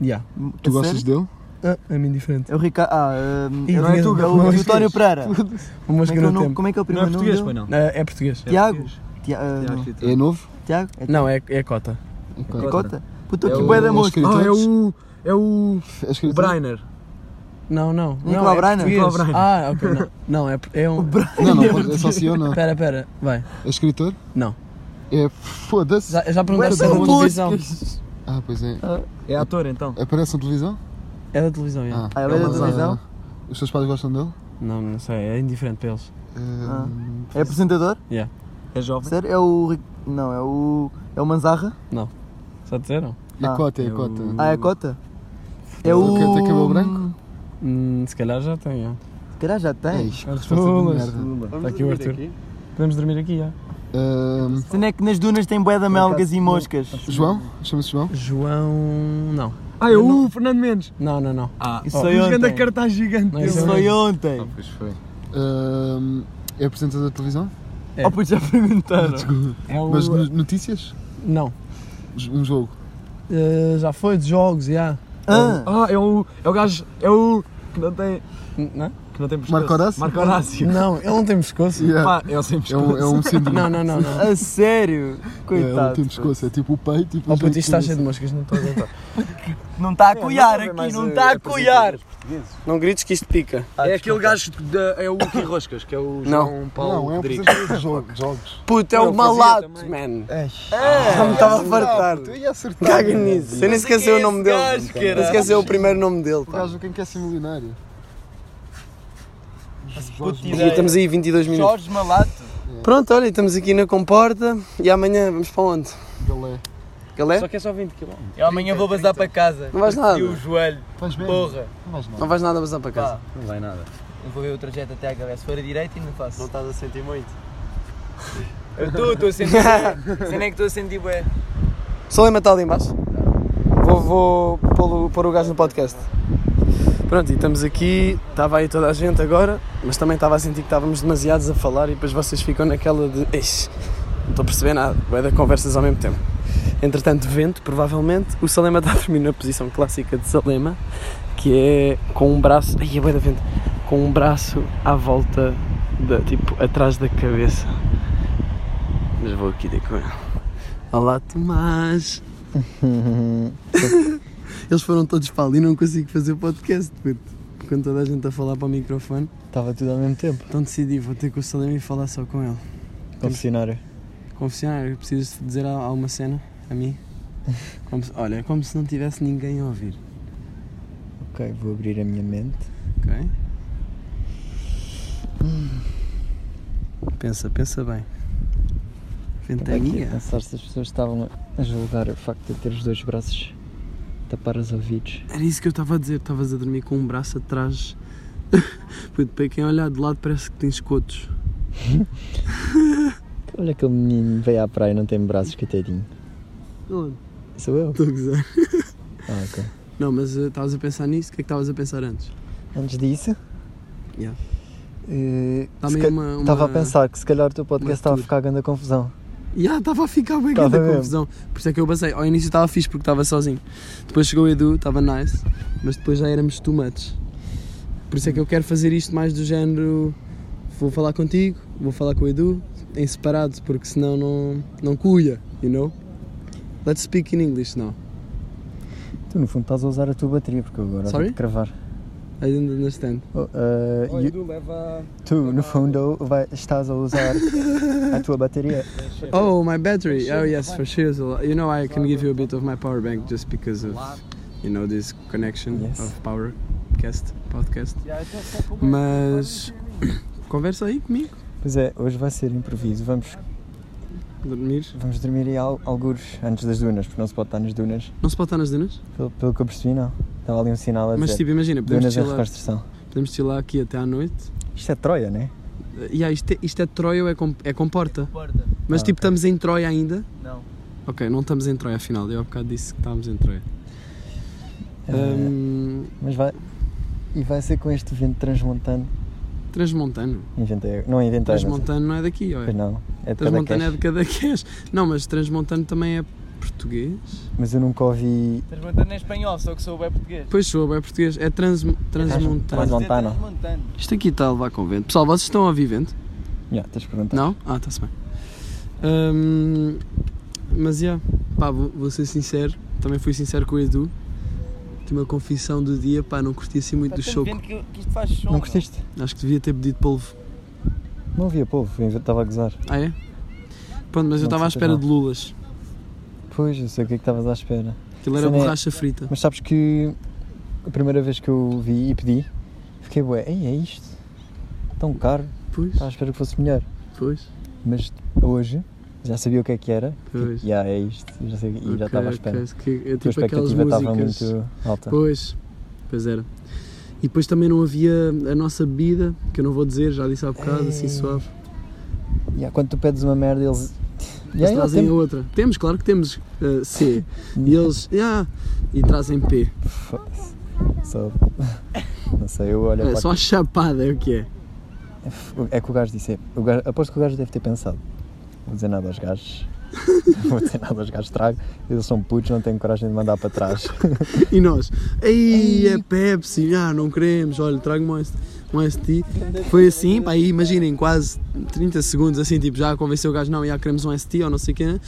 S5: Ah.
S6: Yeah.
S2: Tu
S5: A
S2: gostas
S5: É sério?
S2: dele?
S6: Ah, é-me indiferente.
S5: É o Ricardo. Ah, hum,
S6: Ih,
S5: não é tu, é
S6: não
S5: o
S6: é
S5: Vitório
S6: português.
S5: Pereira. Como
S6: O
S5: é,
S6: meu
S5: que é o
S6: segundo
S5: nome-
S6: tempo.
S5: como é que é o
S4: Não é
S5: primeiro nome?
S4: português,
S5: dele?
S4: pois não.
S6: Ah, é português.
S4: É
S5: Tiago.
S4: português.
S5: Tia- ah, não.
S2: É novo?
S5: Tiago? É
S6: Não, é, é cota.
S2: É claro.
S5: Cota? Puta,
S4: É
S5: que
S4: o-
S5: bué da
S2: é o
S5: mosca.
S2: escritor.
S4: Ah, é o. É o.
S2: É
S4: O
S2: escritor?
S4: Brainer.
S6: Não, não.
S5: Nicolau
S6: não, é
S5: Brainer.
S6: português.
S4: Nicolau Brainer.
S6: Ah, ok, não. Não, é, é um...
S2: Não, não, pode- é só sim ou não.
S6: Pera, pera, vai.
S2: É escritor?
S6: Não.
S2: É. Foda-se.
S6: Já, já
S5: Bué
S6: perguntaste se
S5: da
S6: é
S2: um
S6: da
S5: mosca.
S6: televisão.
S2: Ah, pois é.
S4: É ator então.
S2: Aparece na televisão?
S6: É da televisão, é.
S2: Ah,
S5: Ah, ele é da
S2: mas,
S5: televisão?
S2: ah, Os teus pais gostam dele? Ehm,
S6: Não, não sei, é indiferente para eles.
S2: Ahm,
S5: É apresentador?
S4: É jovem.
S5: Sério? É o. Ri- Não, é o. É o Manzarra?
S6: Já disseram?
S2: É
S5: Ah.
S2: cota, é
S4: Eu-
S2: cota.
S5: Ah, é a Cota? É
S2: Ele
S5: o.
S2: quer ter cabelo branco?
S6: Hum, se calhar já tem, é.
S5: Caralho, já tem.
S2: Eis, que resposta de merda.
S6: Está aqui o Arthur. Podemos dormir aqui, já.
S2: Ahm,
S5: Sendo é que nas dunas tem bué de melgas e moscas.
S2: João? Chama-se João?
S6: João... não.
S4: Ah, é o Fernando Mendes.
S6: Não, não, não.
S4: Ah,
S5: Isso
S6: Oh,
S5: foi
S4: grande
S5: ontem.
S4: cartaz gigante.
S6: Não,
S5: Isso
S6: é
S5: foi
S6: mesmo.
S5: ontem.
S4: Pois foi.
S2: Ahm, é apresentador da televisão?
S6: É.
S5: Oh, pois já perguntaram.
S6: É o...
S2: Mas no- notícias?
S6: Não.
S2: J- Um jogo?
S6: Eh, já foi de jogos, já.
S5: Ah,
S4: Ah, é o. É o gajo. É o. Que não tem.
S6: N- Não? é?
S4: Que não tem pescoço.
S2: Marco Horácio?
S4: Marco
S1: Tipo.
S4: Horácio.
S6: Não, ele não tem pescoço.
S2: Yeah.
S4: Pá, eu sem
S2: É um,
S4: pescoço.
S2: é um símbolo.
S6: Não, não, não, não.
S5: a sério?
S2: É, ele
S5: Coitado.
S2: tem pescoço, é tipo o peito e tipo
S6: Oh, puto, isto está cheio de moscas, não estou a aguentar.
S5: Não
S4: É,
S1: É,
S5: está a coiar aqui, não
S4: eh,
S5: está a Ah, coiar.
S1: Não grites que isto pica.
S4: É aquele gajo. da- É o Hugo Roscas, que é o João Paulo
S2: Não, é um
S4: Rodrigues.
S2: apresentador de jogo- jogos.
S1: Puto, é
S4: Eu
S1: o
S4: fazia
S1: malato,
S4: também.
S1: man.
S5: É.
S1: Já me estava a fartar.
S2: Tu Ah, ia acertar.
S1: Caga nisso. Eu nem esqueci
S6: é
S1: o nome dele.
S4: gajo,
S1: Nem esqueci o primeiro nome dele.
S2: O
S1: pá.
S2: gajo, quem quer ser milionário?
S5: Puta
S1: E
S5: ideia.
S1: estamos aí 22 minutos.
S5: Jorge Malato.
S1: Pronto, olha, estamos aqui na comporta e amanhã vamos para onde?
S2: Galé.
S1: Galé?
S4: que é só 20 km.
S5: Eu amanhã vou bazar para casa.
S1: Não vais nada.
S5: E o joelho.
S2: Faz bem.
S5: Porra.
S2: Não vais nada.
S1: Não vais nada passar para casa.
S4: Não vai nada.
S5: Eu vou ver o trajeto até à galera. Se for a direita, ainda faço.
S1: estás a sentir muito.
S5: Eu estou, estou a sentir. Sendo é que estou a sentir bué.
S1: Só lembra está ali em baixo. Vou, vou pô-lo- pôr o gajo no podcast. Pronto, e estamos aqui, estava aí toda a gente agora, mas também estava a sentir que estávamos demasiados a falar e depois vocês ficam naquela de "Ixi, não estou a perceber nada, vai dar conversas ao mesmo tempo. Entretanto, vento, provavelmente, o Salema está a dormir na posição clássica de Salema, que é com um braço, ai, é bué da vento, com um braço à volta, da, tipo, atrás da cabeça. Mas vou aqui ter com ele. Olá, Tomás. Eles foram todos para ali e não consigo fazer podcast, puto. Quando toda a gente a falar para o microfone.
S6: Estava tudo ao mesmo tempo.
S1: Então decidi, vou ter com o Salim e falar só com ele.
S6: Confessionário.
S1: Confessionário, preciso dizer al- alguma cena a mim. Como se- olha, como se não tivesse ninguém a ouvir,
S6: Ok, vou abrir a minha mente.
S1: ok? Pensa, pensa bem. é Ventania?
S6: pensar se as pessoas estavam a julgar o facto de ter os dois braços tapar os ouvidos.
S1: Era isso que eu estava a dizer, estavas a dormir com um braço atrás. Puto, para quem olhar de lado parece que tens cotos.
S3: Olha aquele menino veio à praia e não tem braços, coitadinho.
S1: Estou
S3: Sou eu?
S1: a gozar.
S3: Ah, ok.
S1: Não, mas eh, estavas a pensar nisso? O que é que estavas a pensar antes?
S3: Antes disso,
S1: Yeah.
S3: eh,
S1: Dá
S3: se
S1: meio
S3: ca-
S1: uma- uma-
S3: estava a pensar que se calhar o teu podcast
S1: uma
S3: estava a
S1: tour.
S3: ficar grande a confusão.
S1: Ya, ah, estava a ficar bem
S3: Tava
S1: grande a
S3: mesmo.
S1: confusão. Por isso é que eu basei. Ao início estava fixe porque estava sozinho. Depois chegou o Edu, estava nice, mas depois já éramos too much. Por isso é que eu quero fazer isto mais do género. Vou falar contigo, vou falar com o Edu, em separado, porque senão não, não cuia, you know? Let's speak in English now.
S3: Tu, no fundo, estás a usar a tua bateria, porque eu agora
S1: Sorry?
S3: vou-te cravar.
S1: I didn't understand.
S3: Oh, eh, you-
S4: leva.
S3: tu, no fundo, vai- estás a usar a tua bateria.
S1: Oh, my battery. Oh, yes, for sure. You know, I can give you a bit of my power bank just because of you know this connection
S3: Yes.
S1: of Powercast, podcast.
S7: Yeah, então só como é.
S1: Mas conversa aí comigo,
S3: Pois é, hoje vai ser improviso. Vamos,
S1: dormir.
S3: vamos dormir aí al- algures antes das dunas, porque não se pode estar nas dunas.
S1: Não se pode estar nas dunas?
S3: Pelo, pelo que eu percebi, não. Estava ali um sinal a dizer.
S1: Mas tipo, imagina, podemos
S3: dunas é em
S1: chilar,
S3: reconstrução.
S1: podemos chilar aqui até à noite.
S3: Isto é Troia, né?
S1: Eh, Yeah, isto, é, isto é Troia ou é com, é com Porta?
S4: Porta.
S1: Mas
S3: Ah,
S1: tipo,
S3: ok.
S1: estamos em Troia ainda?
S4: Não.
S1: Ok, não estamos em Troia afinal, eu há bocado disse que estávamos em Troia.
S3: Eh,
S1: Hum,
S3: Mas vai. E vai ser com este vento transmontano.
S1: transmontano.
S3: Inventei. Não inventei. mas-
S1: Transmontano não é daqui, ou é?
S3: Pois não. É de
S1: Transmontano é
S3: Cadaqués.
S1: de Cadaqués. Não, mas Transmontano também é português.
S3: Mas eu nunca ouvi.
S4: Transmontano é espanhol, só que sou bem português.
S1: Pois sou, é português. É trans, Transmontano.
S3: Transmontano. Transmontano.
S4: Transmontano.
S8: Isto aqui está a levar com vento. Pessoal, vocês estão a ouvir vento?
S3: Já, tens de perguntar.
S1: Não? Ah, está-se bem. Hum, mas, já, pá, vou, vou ser sincero. Também fui sincero com o Edu. Tinha uma confissão do dia, pá, não curti assim muito
S4: Pá,
S1: do
S4: tanto
S1: choco.
S4: vento Que, que isto faz som.
S3: Não curtiste?
S1: Acho que devia ter pedido polvo.
S3: Não havia povo, eu estava a gozar.
S1: Ah, é? Pronto, mas eu
S3: Não,
S1: estava à
S3: de certeza
S1: espera
S3: não.
S1: de lulas.
S3: Pois, eu sei o que é que estavas à espera.
S1: Aquilo era
S3: Isso não é-
S1: borracha frita.
S3: Mas sabes que a primeira vez que eu vi e pedi, fiquei bué, ei, é isto? Tão caro,
S1: Pois,
S3: estava à espera que fosse melhor.
S1: pois.
S3: Mas hoje já sabia o que é que era,
S1: Pois.
S3: e yeah, é isto, já sei, e já
S1: Ok,
S3: estava à espera.
S1: ok, que- é
S3: A tua
S1: tipo aquelas
S3: expectativa estava
S1: músicas.
S3: muito tá. alta.
S1: Pois, pois era. E depois também não havia a nossa bebida, que eu não vou dizer, já disse há bocado, assim
S3: Ei.
S1: suave.
S3: Yeah, quando tu pedes uma merda, eles.
S1: Eles
S3: Yeah, yeah,
S1: trazem
S3: tem-
S1: a outra. Temos, claro que temos eh, C. e eles, ah, e trazem P.
S3: Foda-se. Só- Não sei, eu olho
S1: É,
S3: para
S1: só a chapada é o que é.
S3: É que o gajo disse. O gajo, aposto que o gajo deve ter pensado. Não vou dizer nada aos gajos. Não vou dizer nada aos gajos, trago. Eles são putos, não tenho coragem de mandar para trás.
S1: E nós, ei, é Pepsi, ah, não queremos, olha, trago-me um S- um ST. Foi assim, pá, aí imaginem, quase 30 segundos, assim, tipo, já convenceu o gajo, não, já queremos um ST ou não sei o quê. né?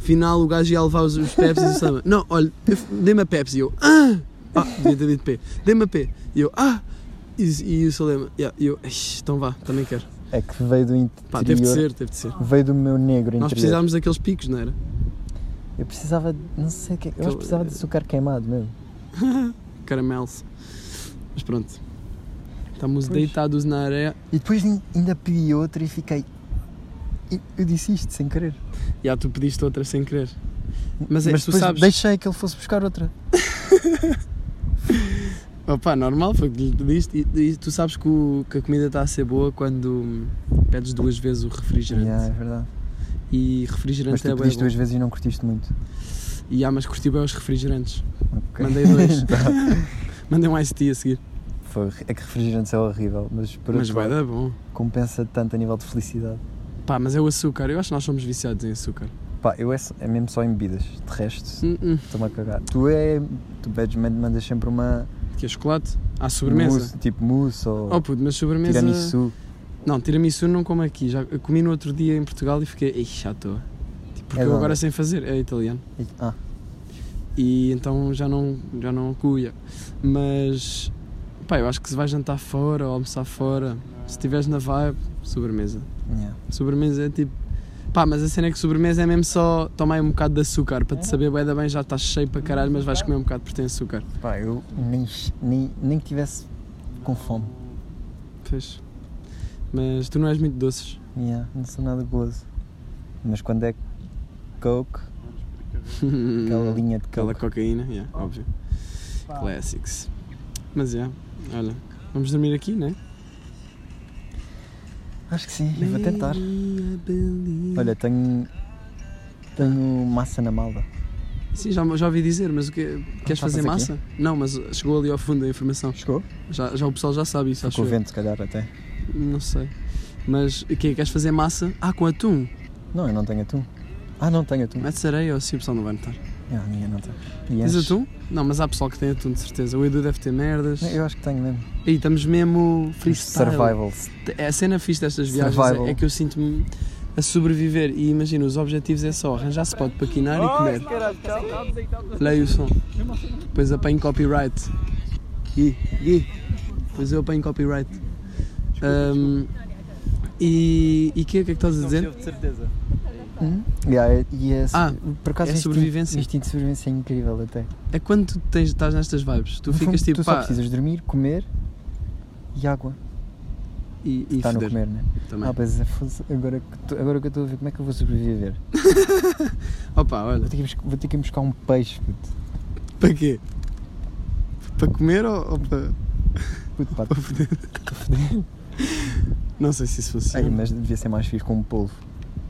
S1: Final, o gajo ia levar os, os Pepsi e o Sama, não, olha, eu f- dê-me a Pepsi. E eu, ah, ah devia ter dito P, dê-me a P. E eu, ah, e, e o Salema, yeah, e eu, "Ixi, então vá, também quero.
S3: É que veio do
S1: Pá, teve de
S3: interior.
S1: ser, teve de ser.
S3: Veio do meu negro
S1: Nós
S3: interior.
S1: precisávamos daqueles picos, não era?
S3: Eu precisava. de- Não sei o que é.
S1: Aquele-
S3: Eu acho
S1: eh,
S3: que precisava de açúcar queimado mesmo.
S1: Caramelos. Mas pronto. Estamos deitados na areia.
S3: E depois in- ainda pedi outro e fiquei. e- Eu disse isto sem querer.
S1: Já tu pediste outra sem querer. Mas, é, tu
S3: depois
S1: sabes.
S3: deixei que ele fosse buscar outra.
S1: Opa, normal, foi o que lhe pediste. E, e tu sabes que, o- que a comida está a ser boa quando hum, pedes duas vezes o refrigerante.
S3: Yeah, é verdade.
S1: E
S3: Mas
S1: refrigerante é
S3: tu
S1: bem
S3: pediste
S1: bom.
S3: duas vezes e não curtiste muito.
S1: E ah, mas curti bem os refrigerantes.
S3: Ok. Tá.
S1: Mandei dois. Mandei um iced tea a seguir.
S3: Foi- É que refrigerantes é horrível, mas por
S1: mas
S3: outro
S1: vai dar
S3: lado,
S1: bom.
S3: compensa tanto a nível de felicidade.
S1: Pá, mas é o açúcar. Eu acho que nós somos viciados em açúcar.
S3: Pá, eu é, só- é mesmo só em bebidas. De resto,
S1: Hum, hum.
S3: estou-me a cagar. Tu é. Tu pedes, man- mandas sempre uma.
S1: Que é chocolate? Há sobremesa.
S3: Mousse, tipo mousse ou.
S1: Oh puto, mas sobremesa.
S3: tiramisu.
S1: Não, tiramisu não como aqui. Já eu comi no outro dia em Portugal e fiquei, ixi, à toa. Tipo, porque
S3: É
S1: eu
S3: de onde?
S1: agora sem fazer, é italiano.
S3: E- Ah,
S1: E então já não, já não cuia. Mas, pá, eu acho que se vai jantar fora ou almoçar fora, se estiveres na vibe, sobremesa.
S3: yeah.
S1: Sobremesa é tipo. Pá, mas a cena é que sobremesa é mesmo só tomar aí um bocado de açúcar para te saber bem da bem, já estás cheio para caralho, mas vais comer um bocado porque tem açúcar.
S3: Pá, eu nem, nem, nem que tivesse com fome.
S1: Pois. Mas tu não és muito doces.
S3: Yeah, não sou nada gozo. Mas quando é Coke, aquela linha de
S1: Hum, Aquela
S3: Coke.
S1: cocaína, yeah, óbvio. Classics. Mas é, olha, vamos dormir aqui, né?
S3: Acho que sim, eu vou tentar. Olha, tenho. Tenho massa na malda.
S1: Sim, já, já ouvi dizer, mas o que Queres
S3: Ah, tá,
S1: fazer
S3: mas
S1: massa? Não, mas chegou ali ao fundo a informação.
S3: Chegou?
S1: Já, já o pessoal já sabe isso, acho
S3: Tá Com o
S1: eu.
S3: vento, se calhar até.
S1: Não sei. Mas o quê? Queres fazer massa? Ah, com atum?
S3: Não, eu não tenho atum. Ah, não tenho atum.
S1: Metes areia ou assim o pessoal não vai notar?
S3: Ah, a minha não tem.
S1: Tens
S3: Yes.
S1: atum? Não, mas há pessoal que tem atum, de certeza. O Edu deve ter merdas.
S3: Não, Eu acho que tenho mesmo.
S1: Aí estamos mesmo freestyle.
S3: Survivals.
S1: É A cena fixe destas viagens
S3: Survival.
S1: é, é que eu sinto-me a sobreviver e imagina, os objetivos é só arranjar spot para quinar e comer. Olha aí o som. Depois apanho copyright. Gui, Gui. Depois eu apanho copyright. Ahm, e o que, que é que estás a dizer?
S4: Teve de certeza.
S3: Yeah, e é,
S1: Hum? Ah,
S3: por acaso
S1: é
S3: este
S1: sobrevivência.
S3: instinto- instinto de sobrevivência é incrível até.
S1: É quando tu tens, estás nestas vibes, tu
S3: No fundo,
S1: ficas tipo
S3: tu só
S1: pá
S3: precisas dormir, comer e água.
S1: e, e
S3: Está no
S1: foder
S3: comer, né?
S1: também.
S3: Ah, pois é, foda-se, agora, que tu- agora que eu estou a ver como é que eu vou sobreviver.
S1: Opa, olha,
S3: Vou ter que, ir buscar- vou ter que ir buscar um peixe, puto.
S1: para quê? Para comer ou, ou para.
S3: Puto, pá,
S1: Não sei se isso
S3: ai,
S1: funciona.
S3: mas devia ser mais fixe com um polvo.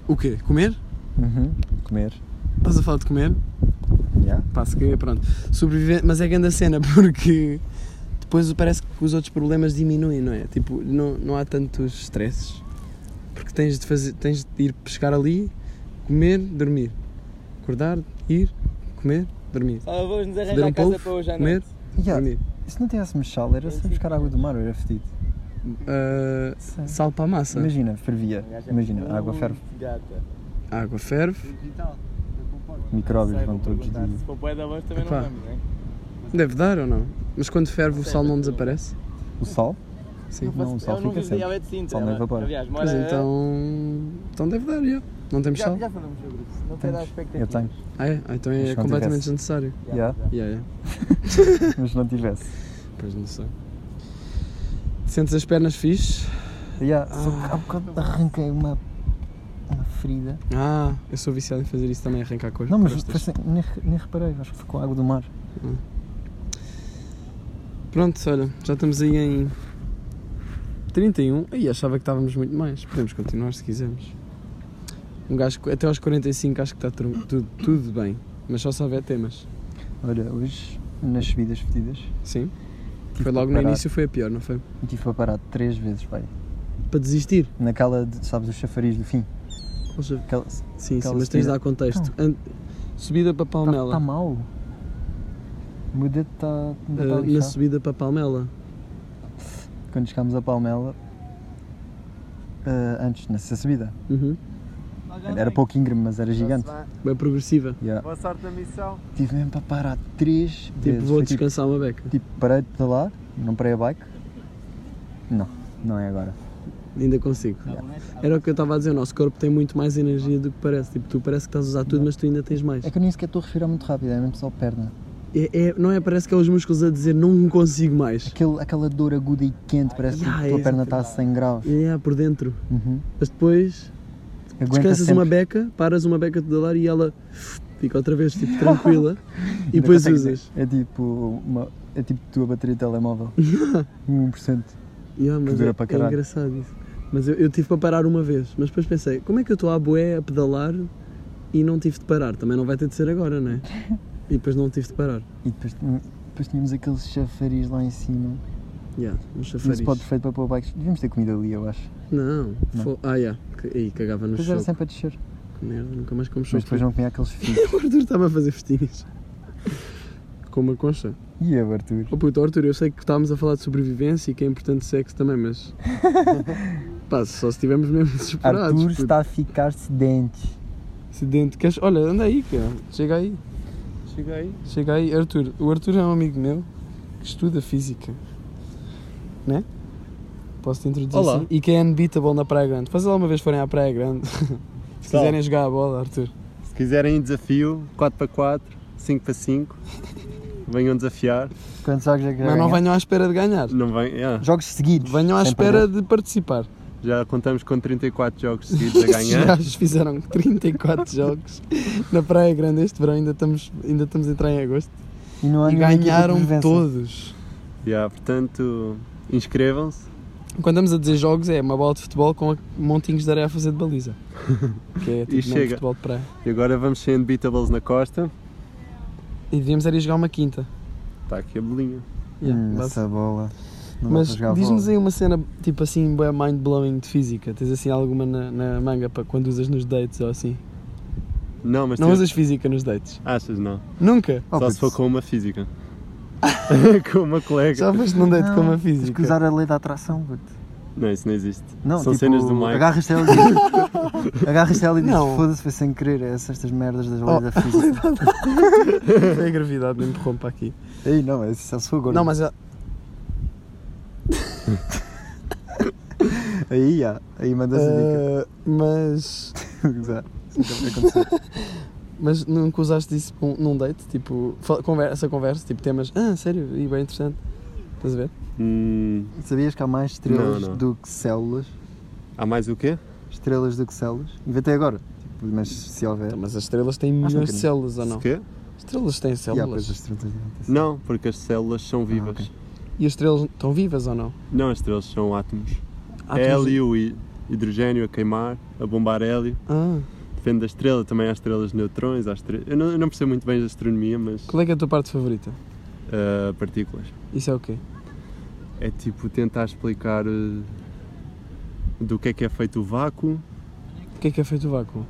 S1: O quê? Comer?
S3: Uhum, comer.
S1: Estás a falar de comer?
S3: Yeah.
S1: Pá, se quer, pronto. Sobreviver, mas é grande a cena porque depois parece que os outros problemas diminuem, não é? Tipo, não, não há tantos stresses. Porque tens de, fazer, tens de ir pescar ali, comer, dormir. Acordar, ir, comer, dormir.
S5: Só vamos
S1: Foder
S5: arranjar
S1: um
S5: a casa
S1: polvo,
S5: para hoje à
S1: Comer,
S5: noite.
S3: Yeah,
S1: dormir.
S3: se não tivéssemos sal, era só buscar água do mar, eu era fedido.
S1: Ah,
S3: Sim.
S1: sal para a massa.
S3: Imagina, fervia. Imagina, a água ferve,
S5: Gata.
S1: Água ferve.
S3: micróbios
S5: Sei, vou
S3: vão todos.
S5: perguntar.
S3: de-
S5: Se for bué da voz também
S1: Epá.
S5: não vamos, né?
S1: Deve dar ou não? Mas quando ferve o
S5: Sei,
S1: sal
S5: mas
S1: não
S5: não-
S1: desaparece?
S3: O sal?
S1: Sim.
S3: Tipo, Não, o sal
S5: Ela não
S3: fica
S5: vive
S3: sempre.
S5: ela é de Sintra.
S3: Só não
S5: ela-
S3: evapora.
S5: Aliás, mora...
S1: Mas então. Então deve dar, já. Não temos
S5: Já,
S1: sal?
S5: já falamos sobre isso. Não
S3: Tens.
S5: quero dar
S3: Eu
S5: expectativas.
S3: tenho.
S1: Ah, é? Ah, então
S3: Mas
S1: é
S3: não
S1: completamente
S3: tivesse.
S1: desnecessário.
S3: Yeah.
S1: Yeah, yeah.
S3: Mas se não tivesse.
S1: Pois não sei. Sentes as pernas fixe?
S3: Yeah, só que há bocado arranquei uma, uma ferida.
S1: Ah, eu sou viciado em fazer isso também, arrancar coisas.
S3: Não, mas
S1: costas.
S3: depois nem, nem reparei, acho que foi com a água do mar.
S1: Pronto, olha, já estamos aí em 31. Aí achava que estávamos muito mais. Podemos continuar se quisermos. Um gajo que- até aos 45 acho que está tru- tudo, tudo bem. Mas só se houver temas.
S3: Olha, hoje, nas subidas fedidas,
S1: Sim?
S3: tive
S1: Foi logo
S3: para
S1: no
S3: parar-
S1: início foi a pior, não foi?
S3: Tive para parar três vezes, pai.
S1: Para desistir.
S3: Naquela, de, sabes, os chafariz do fim.
S1: Sim,
S3: Aquela, tá,
S1: sim,
S3: Aquela
S1: mas tens de
S3: subida.
S1: dar contexto. An- Subida para Palmela.
S3: Está tá mal. O meu dedo está
S1: Ah,
S3: tá
S1: na
S3: lixado.
S1: subida para Palmela.
S3: Quando chegámos a Palmela, ah, antes, nessa subida,
S1: Uhum.
S3: era pouco íngreme, mas era gigante.
S1: Bem progressiva.
S3: Yeah.
S5: Boa sorte na missão.
S3: Tive mesmo para parar três
S1: Tipo,
S3: vezes.
S1: vou
S3: Foi tipo,
S1: descansar uma beca.
S3: tipo, parei de pedalar, não parei a bike. Não, não é agora.
S1: Ainda consigo. Era o que eu estava a dizer, o nosso corpo tem muito mais energia do que parece. Tipo, tu parece que estás a usar tudo, mas tu ainda tens mais.
S3: É que eu nem sequer estou a respirar muito rápido, é mesmo só perna.
S1: É- é- não é? Parece que é os músculos a dizer não consigo mais.
S3: Aquele, aquela dor aguda e quente, parece
S1: yeah,
S3: que a tua
S1: é
S3: perna está a 100 graus.
S1: É, é, por dentro.
S3: Uhum.
S1: Mas depois
S3: Aguenta
S1: descansas
S3: sempre.
S1: uma beca, paras uma beca de pedalar e ela fica outra vez, tipo, tranquila. e
S3: Ainda
S1: depois
S3: consegues-
S1: usas.
S3: É tipo, uma, é tipo tu a bateria de telemóvel. 1%.
S1: Yeah, mas
S3: dura
S1: é,
S3: para
S1: é
S3: caralho.
S1: engraçado isso. Mas eu, eu tive para parar uma vez, mas depois pensei, como é que eu estou à boé a pedalar e não tive de parar? Também não vai ter de ser agora, não é? E depois não tive de parar.
S3: E depois, tinha- depois tínhamos aqueles chafariz lá em cima.
S1: Yeah, um
S3: Um
S1: chafariz.
S3: spot perfeito para pôr bikes. Devíamos ter comido ali, eu acho.
S1: Não.
S3: Não.
S1: fo- Ah, yeah. C- Aí cagava no
S3: Depois era
S1: choco.
S3: sempre a descer.
S1: Que Merda, nunca mais como
S3: Mas
S1: choco.
S3: depois não comia aqueles fios.
S1: O Arthur estava a fazer festinhas. Com uma concha.
S3: E eu, Arthur?
S1: Oh puto, Arthur, eu sei que estávamos a falar de sobrevivência e que é importante sexo também, mas. Pá, só se estivermos mesmo desesperados.
S3: Arthur
S1: puto.
S3: está a ficar sedente.
S1: Acidente. Queres... Olha, anda aí, cara. Chega aí. Chega aí. Chega aí. Arthur. O Arthur é um amigo meu que estuda física. Né? Posso te introduzir
S5: Olá.
S1: assim? E que é unbeatable na Praia Grande. Faz lá uma vez forem à Praia Grande. Se
S4: Tá.
S1: quiserem jogar a bola, Arthur.
S4: Se quiserem um desafio, 4x4, 5x5, venham desafiar.
S3: Quantos jogos é que já
S1: Mas não
S3: ganhaste?
S1: venham à espera de ganhar.
S4: Não vem, yeah,
S3: Jogos seguidos.
S1: Venham à
S3: sem
S1: espera
S3: perder.
S1: de participar.
S4: já contamos com 34 jogos seguidos a ganhar.
S1: Já fizeram 34 jogos na Praia Grande este verão. Ainda estamos, ainda estamos a entrar em agosto.
S3: E, não há
S1: E
S3: nenhuma equipa que
S1: ganharam
S3: nos vença.
S1: todos.
S4: Yeah, portanto, inscrevam-se.
S1: Quando estamos a dizer jogos, é uma bola de futebol com montinhos de areia a fazer de baliza. Que é tipo
S4: E
S1: mesmo
S4: chega.
S1: futebol de praia.
S4: E agora vamos ser unbeatables na costa.
S1: E devíamos era ir jogar uma quinta.
S4: Está Tá aqui a bolinha.
S1: Yeah,
S3: Hum,
S1: base.
S3: essa bola. Não dá
S1: Mas
S3: para jogar
S1: diz-nos
S3: bola.
S1: aí uma cena tipo assim, bué mind-blowing de física. Tens assim alguma na, na manga para quando usas nos dates ou assim?
S4: Não, mas
S1: Não
S4: tu-
S1: usas física nos dates?
S4: Achas não?
S1: Nunca!
S3: Oh,
S4: Só
S3: puto,
S4: se for com uma física. com uma colega.
S1: Já foste num date
S3: Não,
S1: com uma
S3: Ah, Tens que
S1: física?
S3: usar a lei da atração, puto.
S4: Não, isso não existe.
S3: Não,
S4: São
S3: tipo,
S4: cenas do Mike.
S3: Agarras-te ela e dizes, agarras-te ela e dizes
S1: Não.
S3: foda-se, foi sem querer. é Essas estas merdas das leis
S1: Oh.
S3: da física.
S1: É a gravidade, me empurrou para aqui.
S3: Ei, não, é isso é só agora.
S1: Não, mas já-
S3: Aí, já, aí mandas a
S1: Ah, mas
S3: dica.
S9: Isso nunca vai acontecer.
S1: Mas nunca usaste isso pra um- num date? Tipo, fal- conver- essa conversa, tipo temas, ah, sério, e bem interessante. Estás a ver?
S10: Hum,
S3: Sabias que há mais estrelas
S10: Não, não.
S3: do que células?
S10: há mais o quê?
S3: Estrelas do que células? Inventei agora. Tipo, mas se houver.
S1: Então, mas as estrelas têm
S3: Acho um
S1: milhões de
S3: bocadinho.
S1: células ou não?
S10: O quê?
S1: Estrelas têm
S3: E há depois
S1: células.
S3: as estrelas não têm
S10: Não, porque as células são vivas.
S3: ok.
S1: E as estrelas estão vivas ou não?
S10: Não, as estrelas são átomos.
S1: Átomos de-
S10: hélio e hidrogênio a queimar, a bombar hélio.
S1: Ah,
S10: Depende da estrela, também há estrelas de neutrões, há estre... eu, não, eu não percebo muito bem da astronomia, mas
S1: qual é que é a tua parte favorita?
S10: ah, partículas.
S1: Isso é o quê?
S10: É tipo tentar explicar eh, do que é que é feito o vácuo,
S1: O que é que é feito o vácuo?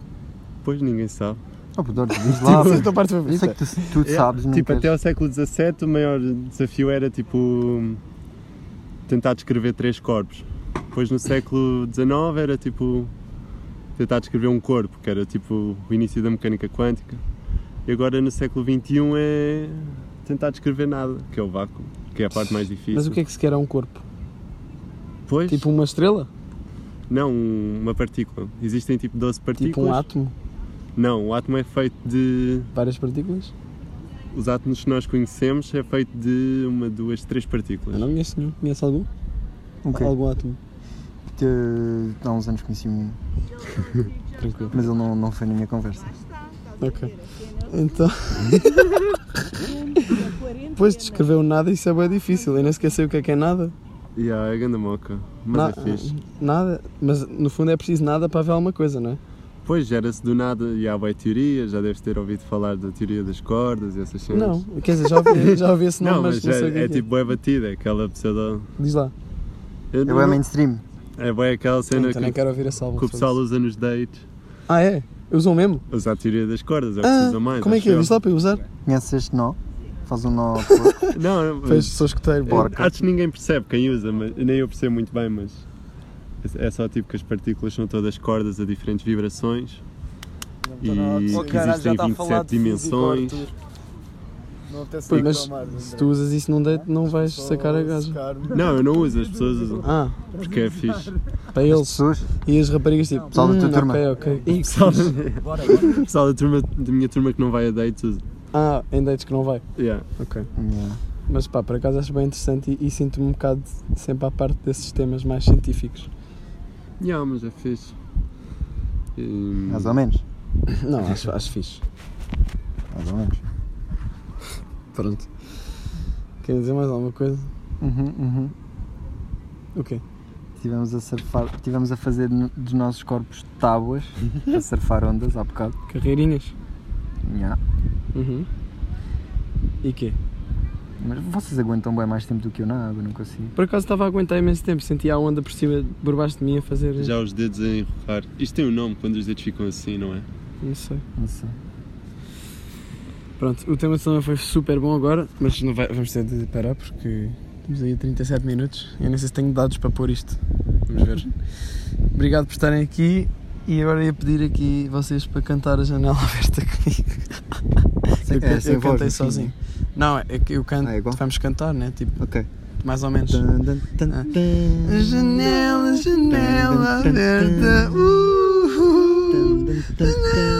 S10: pois ninguém sabe.
S3: Oh, Pedro, diz lá.
S1: Qual é a tua parte
S3: Eu sei
S1: favorita?
S3: que tu, tu
S10: É,
S3: sabes, não
S10: tipo,
S3: queres-
S10: até ao século XVII o maior desafio era tipo tentar descrever três corpos. Depois no século XIX era tipo tentar descrever um corpo, que era tipo o início da mecânica quântica. E agora no século XXI é tentar descrever nada, que é o vácuo, que é a parte mais difícil.
S1: Mas o que é que se quer a um corpo?
S10: Pois,
S1: Tipo uma estrela?
S10: não, uma partícula. Existem tipo 12 partículas.
S1: Tipo um átomo?
S10: Não, o átomo é feito de.
S1: Várias partículas?
S10: Os átomos que nós conhecemos é feito de uma, duas, três partículas.
S1: Eu não conheço nenhum. Conhece algum?
S3: Um quê?
S1: Algum átomo?
S3: Eh, Há uns anos conheci um,
S1: Tranquilo.
S3: mas ele não, não foi na minha conversa.
S1: Ok. Então. Depois de escrever o nada, isso é bem difícil. Eu nem esqueci o que é que é nada.
S10: Yeah, é ganda moca. Mas
S1: Na-
S10: é fixe.
S1: Nada. Mas no fundo é preciso nada para haver alguma coisa, não é?
S10: Pois gera-se do nada e há boa teoria, já deves ter ouvido falar da teoria das cordas e essas cenas.
S1: Não. Quer dizer, já ouvi, já ouvi esse nome,
S10: Não,
S1: mas,
S10: mas
S1: não sei o que
S10: é,
S1: é.
S10: é tipo boa batida, aquela pseudo.
S1: Diz lá.
S10: Eu
S3: É
S10: não-
S3: o mainstream.
S10: É boa aquela cena
S1: então nem
S10: que,
S1: quero ouvir esse álbum.
S10: que o pessoal usa nos dates.
S1: Ah, é? Usam mesmo?
S10: Usa a teoria das cordas, é o que se
S1: Ah,
S10: usa mais.
S1: como é
S10: acho
S1: que é?
S10: eu.
S1: Diz lá para eu usar.
S3: Conheces este nó? Faz um nó. porco.
S10: Não, não,
S1: Fez,
S10: mas,
S1: sou escuteiro. bora.
S3: porca.
S10: acho que ninguém percebe quem usa, mas, nem eu percebo muito bem, mas é é só tipo que as partículas são todas cordas a diferentes vibrações. E
S2: Oh, caralho, já
S10: existem
S2: está a falar
S10: 27
S2: de física, Arthur.
S10: dimensões.
S11: Não até
S1: Pois,
S11: sei
S1: mas se tu usas isso num date, não vais sacar a gaja.
S10: Não, eu não uso, as pessoas usam,
S1: Ah,
S10: porque é fixe.
S1: para eles.
S3: Pessoas,
S1: E as raparigas, tipo,
S3: Pessoal da tua
S1: "Hum,
S3: turma."
S1: Ok, ok. Ih,
S10: Pessoal, pessoal da, turma, da minha turma que não vai a dates usa.
S1: Ah, em dates que não vai.
S10: Yeah.
S1: Ok.
S3: yeah.
S1: Mas pá, por acaso acho bem interessante e, e sinto-me um bocado sempre à parte desses temas mais científicos.
S10: Yeah, mas é fixe. E-
S3: mais ou menos.
S1: Não, acho, acho fixe.
S3: Mais ou menos.
S1: Pronto. Querem dizer mais alguma coisa?
S3: Uhum, uhum.
S1: O quê?
S3: Tivemos a surfar, tivemos a fazer no- dos nossos corpos tábuas a surfar ondas há bocado.
S1: Carreirinhas?
S3: Yeah.
S1: Uhum. E quê?
S3: Mas vocês aguentam bem mais tempo do que eu na água, não consigo.
S1: Por acaso estava a aguentar imenso tempo, sentia a onda por cima, por baixo de mim a fazer.
S10: Já os dedos a enrolar. Isto tem um nome quando os dedos ficam assim, não é?
S1: Não sei.
S3: Não sei.
S1: Pronto, o tema de semana foi super bom agora, mas não vai- vamos ter de parar porque estamos aí a 37 minutos. Eu nem sei se tenho dados para pôr isto. Vamos ver. Obrigado por estarem aqui e agora ia pedir aqui vocês para cantar a janela aberta comigo. eu,
S3: é,
S1: can-
S3: sem
S1: eu
S3: voz,
S1: cantei
S3: assim,
S1: sozinho. Não, é que eu canto.
S3: Ah, é igual?
S1: vamos cantar, né? Tipo,
S3: Ok.
S1: mais ou menos.
S3: Tan, tan, tan,
S1: Ah.
S3: tan.
S1: Janela, janela aberta.
S3: Tan, tan, tan, tan.